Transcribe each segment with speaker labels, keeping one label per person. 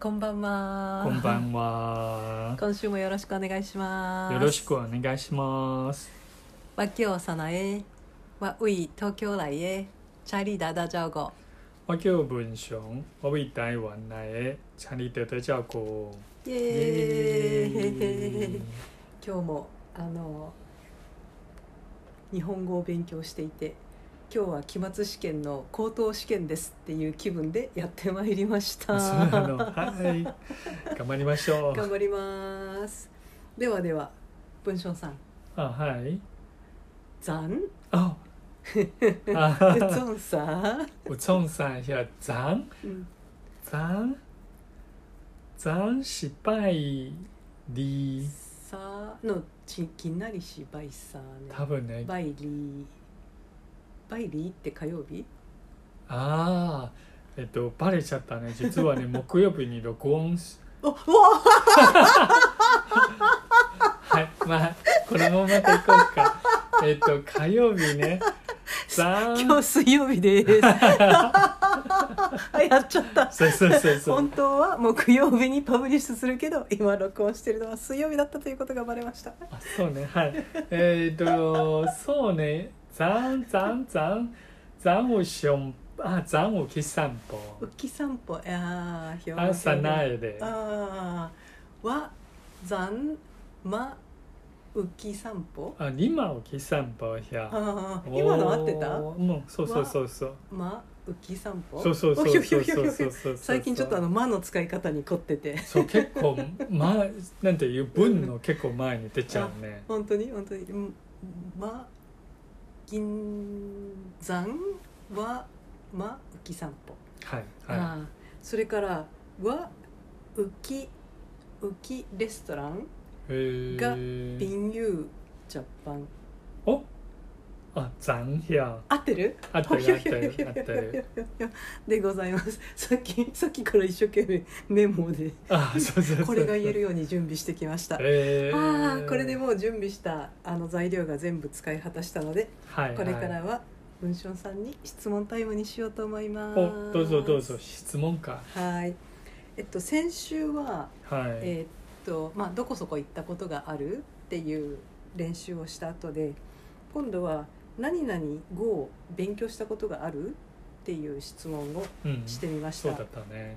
Speaker 1: こんばんは。
Speaker 2: こんばんは。
Speaker 1: 今週もよろしくお願いします。
Speaker 2: よろしくお願いします。
Speaker 1: わきょうさなえ。わうい東京来へ。チャリダダジャオゴ。
Speaker 2: 我叫文雄，我为台湾来的，请你多多照顾。
Speaker 1: イエ
Speaker 2: イ
Speaker 1: ーイ。今日もあの日本語を勉強していて、今日は期末試験の高等試験ですっていう気分でやってまいりました。
Speaker 2: そうなの。はい。頑張りましょ
Speaker 1: 頑
Speaker 2: う。
Speaker 1: 張ります。ではでは文章さん、
Speaker 2: あ、はい。
Speaker 1: ざ ん、
Speaker 2: あ、
Speaker 1: うつ
Speaker 2: あ、
Speaker 1: んさ。
Speaker 2: 我冲上一下，咱
Speaker 1: うん
Speaker 2: 咱咱失敗り。
Speaker 1: さのちきなりしばいさね
Speaker 2: 多分ね。
Speaker 1: バイリーバイリーって火曜日
Speaker 2: ああ、えっとバレちゃったね。実は ね木曜日に録音し。
Speaker 1: おわ
Speaker 2: はい、まあこのままでいこうか。えっと火曜日ね。ざー
Speaker 1: 今
Speaker 2: ん。
Speaker 1: 日水曜日ですあやっちゃった
Speaker 2: そうそうそうそう
Speaker 1: 本。当は木曜日にパブリッシュするけど今録音してるのは水曜日だったということがバレました
Speaker 2: あ、そうね。はい。えっとそうね。ざーんざーんざーんざーんをしょん。あ、ざーんをき散歩。
Speaker 1: 浮き散歩あー表現
Speaker 2: あ、さなえで。
Speaker 1: あーわざんま浮き散歩
Speaker 2: あ、今をき散歩や。
Speaker 1: あー今の合ってた
Speaker 2: おーうん、そうそうそうそう。
Speaker 1: ま浮き散歩
Speaker 2: そうそうそう
Speaker 1: おひょひ
Speaker 2: そ
Speaker 1: ょ
Speaker 2: う
Speaker 1: ひょひょ
Speaker 2: そ
Speaker 1: ひょ
Speaker 2: うそうそう。
Speaker 1: 最近ちょっとあの「間」の使い方に凝ってて
Speaker 2: そう結構まなんていう文の結構前に出ちゃうね。
Speaker 1: 本当に本当にん「ま」「銀山」は「ま」「浮き散歩
Speaker 2: はい」は
Speaker 1: ああそれから「は」「浮き」「浮きレストラン」
Speaker 2: い。へー
Speaker 1: が「ビンユージャパン
Speaker 2: おあ残票」
Speaker 1: 合ってる
Speaker 2: あったよあったよあったよ。
Speaker 1: でございますさっきさっきから一生懸命メモで
Speaker 2: あそうそうそう。
Speaker 1: これが言える。ように準備してきました
Speaker 2: え
Speaker 1: ああこれでもう準備したあの材料が全部使い果たしたので
Speaker 2: はいはい
Speaker 1: これからは文春さんに質問タイムにしようと思います
Speaker 2: おどうぞどうぞ質問か
Speaker 1: はいえっと先週は、
Speaker 2: はい。
Speaker 1: えっとまあどこそこ行ったことがあるっていう練習をした後で今度は何々語を勉強したことがあるっていう質問を
Speaker 2: うん
Speaker 1: してみまし
Speaker 2: そ
Speaker 1: た、
Speaker 2: うだったね。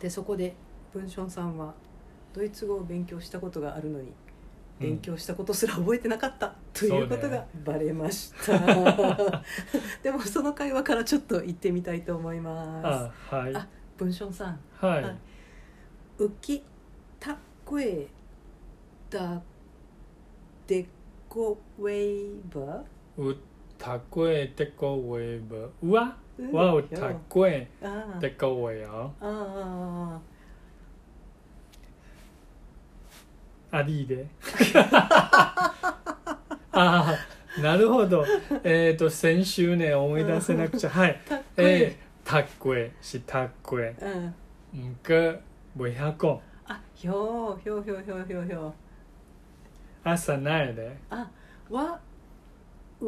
Speaker 1: でそこで文春さんはドイツ語を勉強したことがあるのに
Speaker 2: うん
Speaker 1: 勉強したことすら覚えてなかった、ということがバレま した、でもその会話からちょっと行ってみたいと思います
Speaker 2: あはい
Speaker 1: あ文章さん
Speaker 2: はい
Speaker 1: はい浮きた声だでこウェイバ
Speaker 2: うたこえてこウェブうわ
Speaker 1: ー
Speaker 2: わうたこえ
Speaker 1: あー
Speaker 2: てこウェよ
Speaker 1: あー
Speaker 2: ありで。 ああ、なるほど。えっ、と、先週ね、思い出せなくちゃ。はい。
Speaker 1: たっこいい、
Speaker 2: えー、たっこえ、したっこえ。
Speaker 1: うん
Speaker 2: んか、ぼやこ。
Speaker 1: あひょうひょうひょうひょうひょうひょう
Speaker 2: 朝ないで。
Speaker 1: あ、わ、う、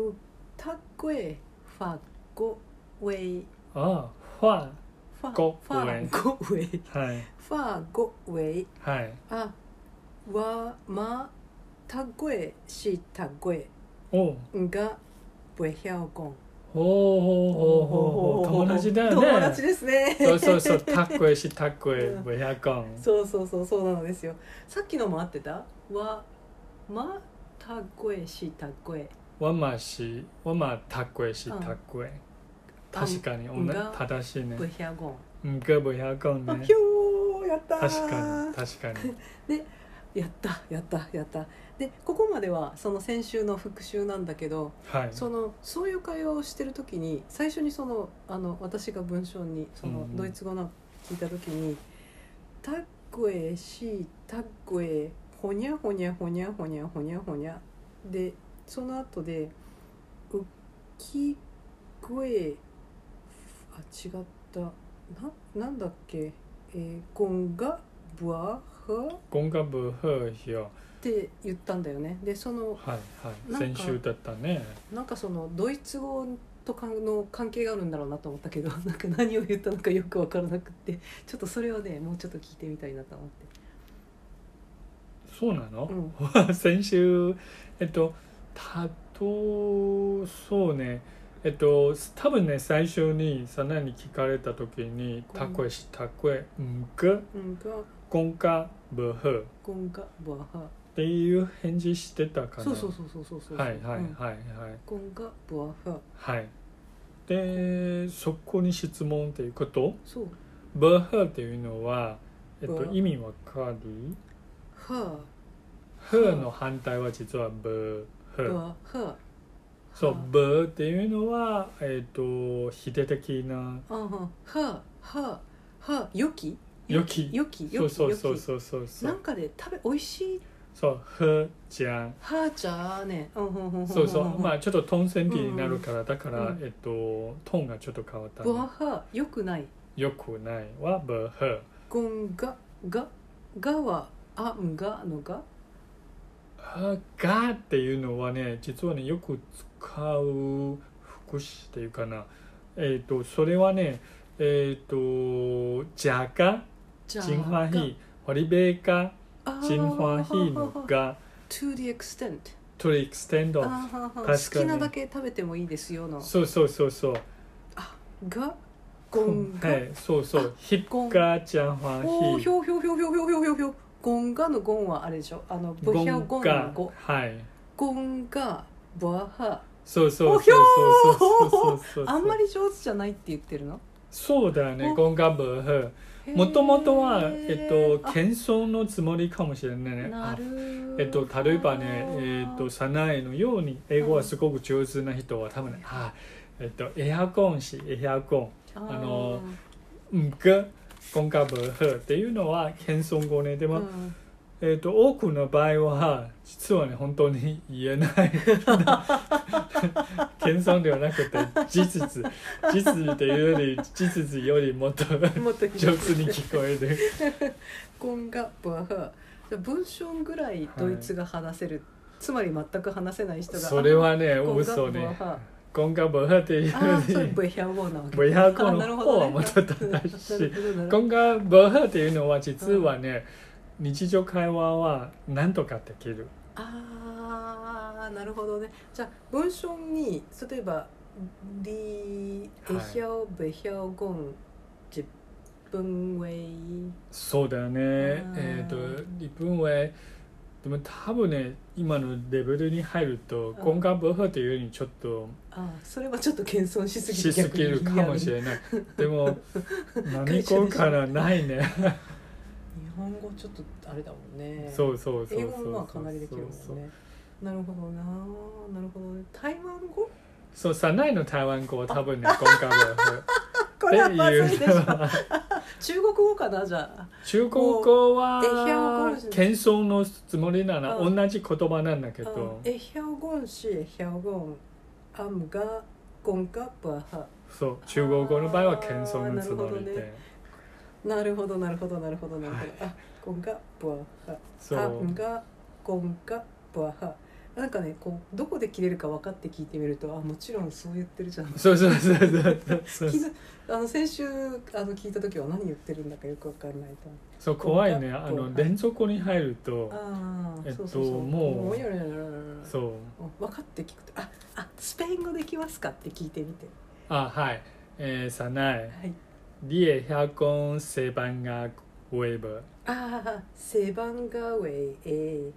Speaker 1: たこえ、ファゴ、ウェイ、
Speaker 2: ああ、は。
Speaker 1: ファ、
Speaker 2: ご
Speaker 1: ファ、ゴ、ウェイ、
Speaker 2: はい。
Speaker 1: ファ、ゴ、ウェイ、
Speaker 2: はい。
Speaker 1: あ、わ、ま、たこえ、したこえ、
Speaker 2: おう
Speaker 1: が、ブエヒャオゴン。
Speaker 2: ほうほうほうほう。友達だよね。
Speaker 1: 友達ですね。
Speaker 2: そうそうそう、たっこえ、したっこえ
Speaker 1: う、ん
Speaker 2: ぼやこ。
Speaker 1: そうそうそうそうなのですよ。さっきのも合ってたわ、ま、たこえ、したこえ、
Speaker 2: わまし、わまたっこえ、したっこえ。確かに、
Speaker 1: うん
Speaker 2: 同じ正しいね
Speaker 1: ブ。エヒャオゴン。
Speaker 2: んか、ぼやこね
Speaker 1: あ、。ひょー、やったー。
Speaker 2: 確かに確かに
Speaker 1: やったやったやったでここまではその先週の復習なんだけど
Speaker 2: はい
Speaker 1: そのそういう会話をしてる時に最初にそのあの私が文章にそ
Speaker 2: うん
Speaker 1: の
Speaker 2: うん
Speaker 1: ドイツ語の聞いた時に「タッコエシータッコエほにゃほにゃほにゃほにゃほにゃほにゃ」でその後で「うきこえ」あ違ったななんだっけ「えー、ゴンガブワハ」
Speaker 2: ゴンガブーヒよ
Speaker 1: って言ったんだよねでその
Speaker 2: はいは
Speaker 1: ないんか
Speaker 2: 先週だったね
Speaker 1: なんかそのドイツ語とかの関係があるんだろうなと思ったけど なんか何を言ったのかよく分からなくってちょっとそれをねもうちょっと聞いてみたいなと思って。
Speaker 2: そうなの
Speaker 1: う、ん
Speaker 2: 先週えっとたとそうねえっと多分ね最初にサナに聞かれた時に「
Speaker 1: こん
Speaker 2: たこえしたこえんく
Speaker 1: うんが
Speaker 2: こんかぶふ」
Speaker 1: ゴンガバハ
Speaker 2: っていう返事してたかな
Speaker 1: そうそうそうそうそうそう
Speaker 2: はいはい
Speaker 1: うん
Speaker 2: はいはい
Speaker 1: ゴンガバハ
Speaker 2: はいでそこに質問っていうこと
Speaker 1: そう
Speaker 2: 「ぶふ」っていうのは、えっと
Speaker 1: ぶ、
Speaker 2: 意味わかる?
Speaker 1: ハ
Speaker 2: 「ふ」の反対は実は「ぶふ」
Speaker 1: バハ
Speaker 2: そう
Speaker 1: は、
Speaker 2: ブーっていうのは、えっ、と、否定的な、
Speaker 1: あはははは良き
Speaker 2: 良き
Speaker 1: 良き
Speaker 2: そ
Speaker 1: 良
Speaker 2: う
Speaker 1: き
Speaker 2: そうそう
Speaker 1: 良き
Speaker 2: そうそうそ
Speaker 1: なん
Speaker 2: う、
Speaker 1: かで食べ美味しい
Speaker 2: そう、ふじゃん。
Speaker 1: はじゃあねうんうんうんんんん
Speaker 2: そうそう、まあ、ちょっとトン線 P になるから、だから、
Speaker 1: うん
Speaker 2: えっと、トーンがちょっと変わったね、
Speaker 1: バハ良くない
Speaker 2: よくないはブーふ。
Speaker 1: ゴンガガガはあんがのが
Speaker 2: あがっていうのはね、実はね、よく使う副詞っていうかな。えっ、と、それはね、えっ、と、じゃが、
Speaker 1: じ
Speaker 2: ちんはひ、ほりべか、ちんはひの
Speaker 1: が
Speaker 2: が、
Speaker 1: to the extent
Speaker 2: トリックステンド
Speaker 1: あはは
Speaker 2: 確か
Speaker 1: 好
Speaker 2: に
Speaker 1: きなだけ食べてもいいですよの
Speaker 2: そうそうそうそう。
Speaker 1: がゴン
Speaker 2: は
Speaker 1: ガ
Speaker 2: い、そうそ
Speaker 1: あ
Speaker 2: う。ヒ
Speaker 1: ゴン
Speaker 2: ッガちゃん
Speaker 1: お
Speaker 2: は
Speaker 1: お
Speaker 2: ヒ
Speaker 1: ひ。ょうひょうひょうひょうひょうひょうひょうひょうゴンガのゴンはあれでしょあのブヒャゴンのゴ
Speaker 2: はい。
Speaker 1: ゴンガバハ
Speaker 2: そうそう
Speaker 1: おひ
Speaker 2: そ
Speaker 1: ょ
Speaker 2: う
Speaker 1: ー
Speaker 2: そうそうそうそう。
Speaker 1: あんま。り上手じゃないって言ってるの
Speaker 2: そうだよね。
Speaker 1: お
Speaker 2: ゴンガブーもともとは、えっと、
Speaker 1: あ
Speaker 2: 謙遜のつもりかもしれないね。
Speaker 1: な
Speaker 2: あ
Speaker 1: るほど
Speaker 2: えっと、例えばね、えっと、サナエのように、英語はすごく上手な人は多分ね、あ、えっと、エアコンし、エアコ
Speaker 1: あ
Speaker 2: ン、
Speaker 1: ー
Speaker 2: あの、うんが、ゴンガブーっていうのは謙遜語ね。で
Speaker 1: う
Speaker 2: も、
Speaker 1: ん
Speaker 2: えー、と多くの場合は実はね本当に言えない 謙遜ではなくて事実事実というより事実よりもっと
Speaker 1: もっとひど
Speaker 2: 上
Speaker 1: い
Speaker 2: 手に聞こえる
Speaker 1: ゴンガバハじゃあ文章ぐらいドイツが話せる、つまり全く話せない人が
Speaker 2: それはね
Speaker 1: あゴンガ
Speaker 2: 嘘
Speaker 1: バ
Speaker 2: ね
Speaker 1: ハ
Speaker 2: ゴンガブハっていう
Speaker 1: あ
Speaker 2: よ
Speaker 1: ーそれ
Speaker 2: り
Speaker 1: ブヒャゴンなわけ
Speaker 2: ブヤ語
Speaker 1: あなる
Speaker 2: の
Speaker 1: ほど
Speaker 2: 方は
Speaker 1: ね
Speaker 2: もっと正し
Speaker 1: なる
Speaker 2: い
Speaker 1: ほどなるほ
Speaker 2: ゴ
Speaker 1: ど
Speaker 2: ンガブハっていうのは実はね日常会話は何とかできる
Speaker 1: あーなるほどねじゃあ文章に例えば「リ
Speaker 2: はい
Speaker 1: エヒャオベヒャオゴン自分ウェイ
Speaker 2: そうだよね
Speaker 1: うん
Speaker 2: えっ、とリプンウェイでも多分ね今のレベルに入ると
Speaker 1: うん
Speaker 2: 根幹ブフというよりにちょっと」
Speaker 1: あーそれはちょっと謙遜しすぎ
Speaker 2: しすぎるかもし
Speaker 1: ない
Speaker 2: れない でも何
Speaker 1: 会社
Speaker 2: 語
Speaker 1: でしょ
Speaker 2: からないね
Speaker 1: 日本語ちょっとあれだもんね
Speaker 2: そうそうそう
Speaker 1: 英
Speaker 2: そう
Speaker 1: 語
Speaker 2: そう
Speaker 1: もまあかなりできるもんねなるほどななるほどね台湾語
Speaker 2: そうさないの台湾語は多分ね根幹
Speaker 1: こ
Speaker 2: ブ
Speaker 1: れは
Speaker 2: フ
Speaker 1: まずい
Speaker 2: って
Speaker 1: でし
Speaker 2: いうの
Speaker 1: ょ
Speaker 2: は
Speaker 1: 中国語かなじゃ
Speaker 2: 中国語
Speaker 1: もうえひゃ
Speaker 2: は
Speaker 1: おこ
Speaker 2: 謙遜のつもりなら
Speaker 1: う
Speaker 2: 同
Speaker 1: ん
Speaker 2: じ言葉なんだけ
Speaker 1: あ
Speaker 2: ど
Speaker 1: えひゃおごんしえひゃおごんあむがゴンかばは
Speaker 2: そう中国語の場合は謙遜のつもり
Speaker 1: あーなるほど
Speaker 2: で
Speaker 1: ねなるほどなるほどなるほどなるほどあゴンかばは
Speaker 2: そ
Speaker 1: あ
Speaker 2: う
Speaker 1: むがゴンかばはなんかねこうどこで切れるか分かって聞いてみるとあもちろんそう言ってるじゃん
Speaker 2: そうそう そうそうそう
Speaker 1: 気づあの先週あの聞いた時は何言ってるんだかよく分かんないと思って
Speaker 2: そう怖いね
Speaker 1: こんな
Speaker 2: あ
Speaker 1: こう
Speaker 2: の連続に入ると
Speaker 1: ああ、
Speaker 2: えっと
Speaker 1: そうそうそう
Speaker 2: もう
Speaker 1: よろよろよろよろ
Speaker 2: そう
Speaker 1: 分かって聞くと「ああスペイン語できますか?」って聞いてみて
Speaker 2: あはいえー、さない
Speaker 1: はい
Speaker 2: リエヒャコンセバンガウェブ
Speaker 1: ああセバンガウェイえ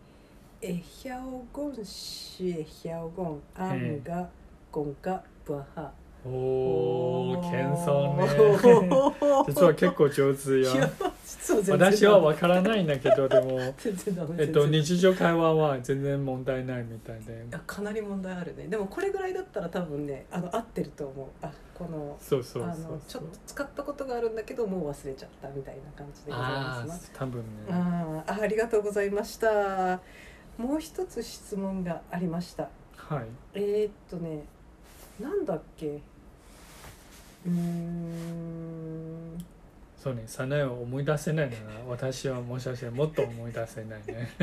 Speaker 1: ー、えひゃおごんしえひゃおごんあんがごんがばは
Speaker 2: おお
Speaker 1: ー
Speaker 2: 謙遜 ね実は結構上手
Speaker 1: い
Speaker 2: よ
Speaker 1: や実は全然ダメ
Speaker 2: 私はわからないんだけどでも
Speaker 1: 全然ダメ
Speaker 2: えっと
Speaker 1: 全然
Speaker 2: 日常会話は全然問題ないみたいで
Speaker 1: いやかなり問題あるねでもこれぐらいだったら多分ねあの合ってると思うあこの
Speaker 2: そうそう
Speaker 1: あ
Speaker 2: そ
Speaker 1: の
Speaker 2: う
Speaker 1: ち
Speaker 2: そ
Speaker 1: ょっ
Speaker 2: う
Speaker 1: と使ったことがあるんだけどもう忘れちゃったみたいな感じでございま
Speaker 2: あ
Speaker 1: すな
Speaker 2: あ多分ね
Speaker 1: あーあありがとうございましたもう一つ質問がありました
Speaker 2: はい
Speaker 1: えー、っとねなんだっけうーん
Speaker 2: そうねさないを思い出せないなら私はもしかしてもっと思い出せないね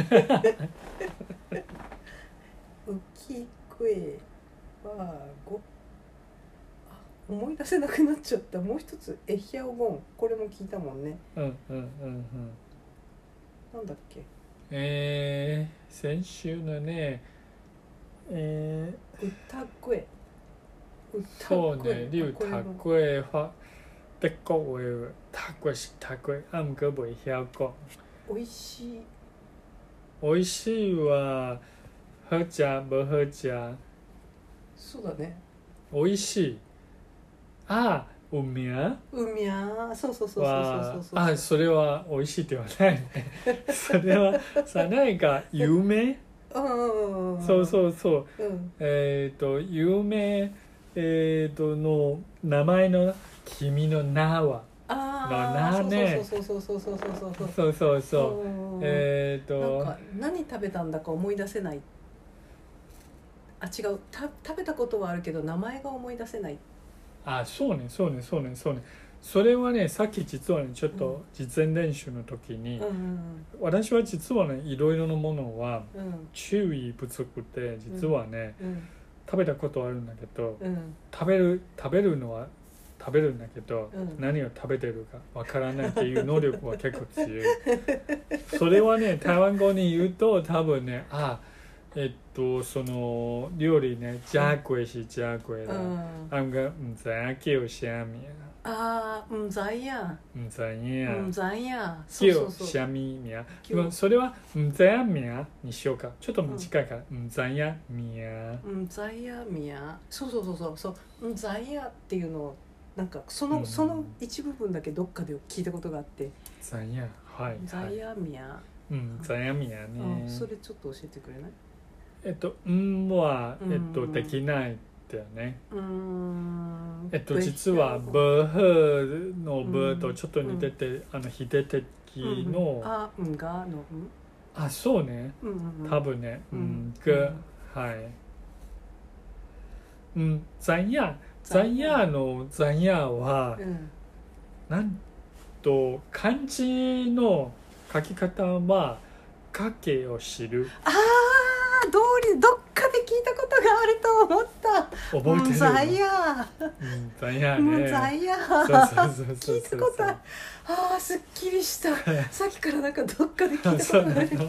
Speaker 1: 「浮き声はご思い出せなくなっちゃったもう一つエヒアオゴンこれも聞いたもんね
Speaker 2: うんうんうんうん
Speaker 1: なんだっけ
Speaker 2: えー、先週のねえ
Speaker 1: 歌声
Speaker 2: ー、
Speaker 1: 歌
Speaker 2: そう
Speaker 1: 声
Speaker 2: ね六
Speaker 1: これ
Speaker 2: 塔
Speaker 1: も
Speaker 2: 桂花的確話塔桂是塔桂あん過袂晓講
Speaker 1: 美味しい
Speaker 2: 美味しいは好食無好食
Speaker 1: そうだね
Speaker 2: 美味しいあー有名
Speaker 1: うみゃーそうそうそうそうそ
Speaker 2: は
Speaker 1: うそう
Speaker 2: あそれは美味しいではないね それはさなんか有名
Speaker 1: うんん
Speaker 2: そうそうそ
Speaker 1: う
Speaker 2: う
Speaker 1: んうん
Speaker 2: えっ、と有名えっ、との名前の「君の名は
Speaker 1: あ
Speaker 2: だな
Speaker 1: あ、
Speaker 2: ね
Speaker 1: そうそうそうそうそうそう」そうそう
Speaker 2: そうそう
Speaker 1: そう
Speaker 2: そう、
Speaker 1: うん
Speaker 2: えっ、
Speaker 1: なん
Speaker 2: と
Speaker 1: か何食べたんだか思い出せないあ違うた食べたことはあるけど名前が思い出せない
Speaker 2: あそうねそうねそうねそうねそれはねさっき実はねちょっ
Speaker 1: う
Speaker 2: と実演練習の時
Speaker 1: う
Speaker 2: に、
Speaker 1: んうん
Speaker 2: 私は実はねいろいろなものは
Speaker 1: うん
Speaker 2: 注意不足で実はね、
Speaker 1: うん
Speaker 2: 食べたことあるんだけど
Speaker 1: うん
Speaker 2: 食べる食べるのは食べるんだけど、
Speaker 1: うん
Speaker 2: 何を食べてるかわからないっていう能力は結構強いそれはね台湾語に言うと多分ねあえっとその料理ね「ジャークエシジャークエ
Speaker 1: う
Speaker 2: だ」
Speaker 1: ん
Speaker 2: あんが「んざんきよしゃみ
Speaker 1: あーうんざいや
Speaker 2: やんざんや
Speaker 1: うんざいやそ
Speaker 2: き
Speaker 1: うそ
Speaker 2: よ
Speaker 1: うそう
Speaker 2: しゃみみや」
Speaker 1: き
Speaker 2: で
Speaker 1: よ
Speaker 2: もそれは「んざんみや」にしようかちょっと短いから「んざんやみや
Speaker 1: うんざいやみやそうそうそうそうそううんざいやっていうのをなんかその、
Speaker 2: うん
Speaker 1: その一部分だけどっかで聞いたことがあって
Speaker 2: ざんや」はい
Speaker 1: 「ざ
Speaker 2: はいい
Speaker 1: やみや
Speaker 2: 「うんざんやみや」」
Speaker 1: うん
Speaker 2: ね
Speaker 1: それちょっと教えてくれない
Speaker 2: えっと「ん」はえっ
Speaker 1: う
Speaker 2: と
Speaker 1: ん
Speaker 2: できないだよね
Speaker 1: うーん
Speaker 2: えっと実は
Speaker 1: べ
Speaker 2: ブーフーのブ
Speaker 1: う
Speaker 2: ー
Speaker 1: ん
Speaker 2: とちょっと似てて、あのひでてき
Speaker 1: うん
Speaker 2: の、
Speaker 1: あうんがのうん
Speaker 2: あそうね
Speaker 1: うんうんうん
Speaker 2: 多分ねう
Speaker 1: うんん
Speaker 2: が、はいうんザンヤザンヤのザンヤは
Speaker 1: うん
Speaker 2: なんと漢字の書き方は家計を知る
Speaker 1: ああどうりどっかで聞いたことがあると思った
Speaker 2: 覚
Speaker 1: うんざ
Speaker 2: え
Speaker 1: い
Speaker 2: てる
Speaker 1: や
Speaker 2: うんザンヤ
Speaker 1: うんざ
Speaker 2: ね
Speaker 1: いや
Speaker 2: そうそうそうそう
Speaker 1: 聞いたことあるあーすっきりしたさっきからなんかどっかで聞いた
Speaker 2: そう
Speaker 1: こと
Speaker 2: な
Speaker 1: があ
Speaker 2: の
Speaker 1: る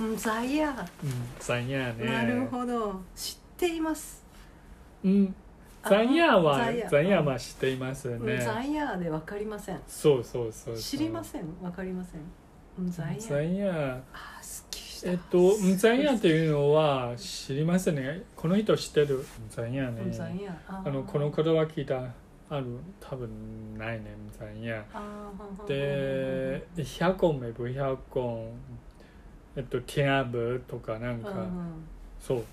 Speaker 1: うんざいや
Speaker 2: うんザンヤね
Speaker 1: なるほど知っています
Speaker 2: うん、ザンヤ
Speaker 1: あ
Speaker 2: は
Speaker 1: ザンヤ
Speaker 2: ザンヤは知っていますよ
Speaker 1: うんざ
Speaker 2: ね。
Speaker 1: いやでわかりません
Speaker 2: そうそうそうそう。
Speaker 1: 知りませんわかりませんうんざいや
Speaker 2: ザンヤ、
Speaker 1: あーすっきりした
Speaker 2: えっと、ザンヤっていうのは知りませんね。この人知ってるザンヤね。
Speaker 1: うんざいやあ
Speaker 2: あのこの
Speaker 1: 子
Speaker 2: 言葉聞いたある多分ないねザンヤ。で、百音目不百音、えっとテアブとかな
Speaker 1: う
Speaker 2: ん
Speaker 1: ん
Speaker 2: か、
Speaker 1: うん
Speaker 2: そう。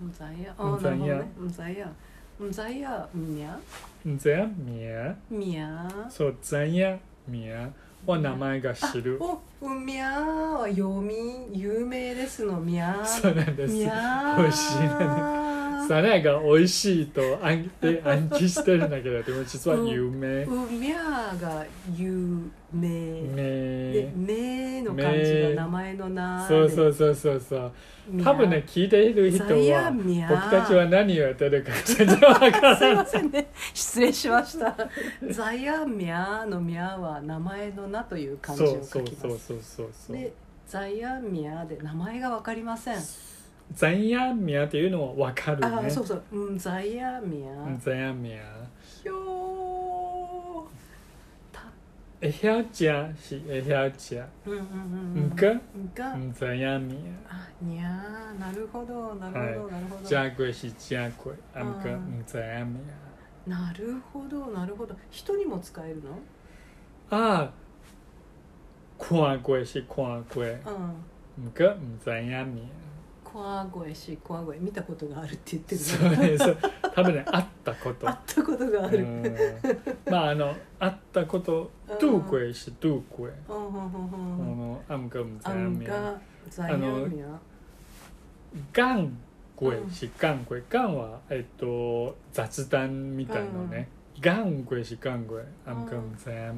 Speaker 1: うんざいやあ
Speaker 2: うんざいや
Speaker 1: なるほどねうんざいやうんざいやみや
Speaker 2: ザンヤミヤ、
Speaker 1: みや
Speaker 2: そうザンヤミヤは名前が知る。
Speaker 1: おうんみやは読み有名ですのみや
Speaker 2: そうなんです。
Speaker 1: みや
Speaker 2: 美味しいサラが美味しいと暗で暗記してるんだけどでも実は有名
Speaker 1: うんみゃーが有名で
Speaker 2: ね
Speaker 1: 「名」の漢字が名前の名
Speaker 2: そうそううそうそうそう多分ね聞いている人は
Speaker 1: みゃ
Speaker 2: 僕たちは何をやってるか全然わから
Speaker 1: すい
Speaker 2: ない
Speaker 1: ませんね失礼しました「ザヤミャー」の「ミャー」は名前の「名」という
Speaker 2: そ
Speaker 1: 漢
Speaker 2: う
Speaker 1: 字を
Speaker 2: そ
Speaker 1: 書
Speaker 2: う
Speaker 1: き
Speaker 2: そ
Speaker 1: ま
Speaker 2: う
Speaker 1: す
Speaker 2: そうそうそう
Speaker 1: で「ザヤミャー」で名前が分かりません、
Speaker 2: ザンヤミヤっていうのはわかる
Speaker 1: ああ
Speaker 2: ね
Speaker 1: そうそう「うんザヤミャー」
Speaker 2: ザンヤミヤ
Speaker 1: ひょーた
Speaker 2: エヒャチャしエヒャチャ
Speaker 1: うんうんうんうん
Speaker 2: んか
Speaker 1: が
Speaker 2: ザンヤミヤ
Speaker 1: あにゃーなるほどなるほど、なるほど
Speaker 2: ジャクエしジャクエあんか
Speaker 1: あー
Speaker 2: ザンヤミヤ
Speaker 1: なるほどなるほど人にも使えるの
Speaker 2: 啊，看过是看过，
Speaker 1: うん
Speaker 2: 唔过唔知 影名。
Speaker 1: コア声しコア声見たことがあるって言ってる
Speaker 2: そう
Speaker 1: ね
Speaker 2: です。多分ね、会ったこと
Speaker 1: 会。ったことがあ
Speaker 2: う
Speaker 1: る、
Speaker 2: ん まああの会ったこと、どうこえしどうこえ。
Speaker 1: うんうんうん
Speaker 2: あ
Speaker 1: うん
Speaker 2: のあんかん
Speaker 1: あ
Speaker 2: ざ
Speaker 1: ん
Speaker 2: んや。
Speaker 1: がザイアミア
Speaker 2: がんこえしがんこえ。がんはえっと雑談みたいのね。がんこえしがんこえ。あんかんざんや。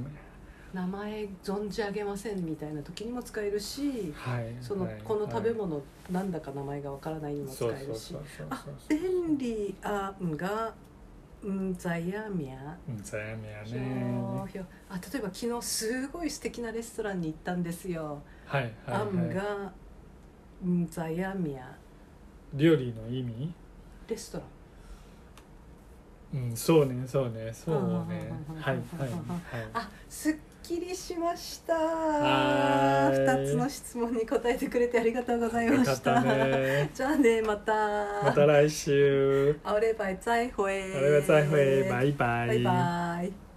Speaker 1: 名前存じ上げませんみたいな時にも使えるし
Speaker 2: はい。
Speaker 1: その
Speaker 2: はい
Speaker 1: この食べ。
Speaker 2: はい
Speaker 1: 物なんだか名前がわからないにも使
Speaker 2: そう
Speaker 1: え
Speaker 2: そう
Speaker 1: る
Speaker 2: そ
Speaker 1: し
Speaker 2: うそうそう。
Speaker 1: 便利あんがうんざやみゃ
Speaker 2: うんざやめや
Speaker 1: ひょ
Speaker 2: ね
Speaker 1: ーひょあ例えば昨日すごい素敵なレストランに行ったんですよ。
Speaker 2: はい
Speaker 1: あん
Speaker 2: はいは
Speaker 1: がうんざやみゃ
Speaker 2: い料理の意味
Speaker 1: レストラン。
Speaker 2: うんそうねそうねそう
Speaker 1: うんうんうんうん
Speaker 2: ね
Speaker 1: うんうん
Speaker 2: はいはい
Speaker 1: うん
Speaker 2: はい
Speaker 1: あすっきりしました。
Speaker 2: はーい
Speaker 1: 二つの質問に答えてくれてありがとうございま
Speaker 2: よか
Speaker 1: し。
Speaker 2: ったたね
Speaker 1: じゃあねまた。
Speaker 2: また来週
Speaker 1: あれば再会。
Speaker 2: 我们再会拜拜
Speaker 1: 拜拜。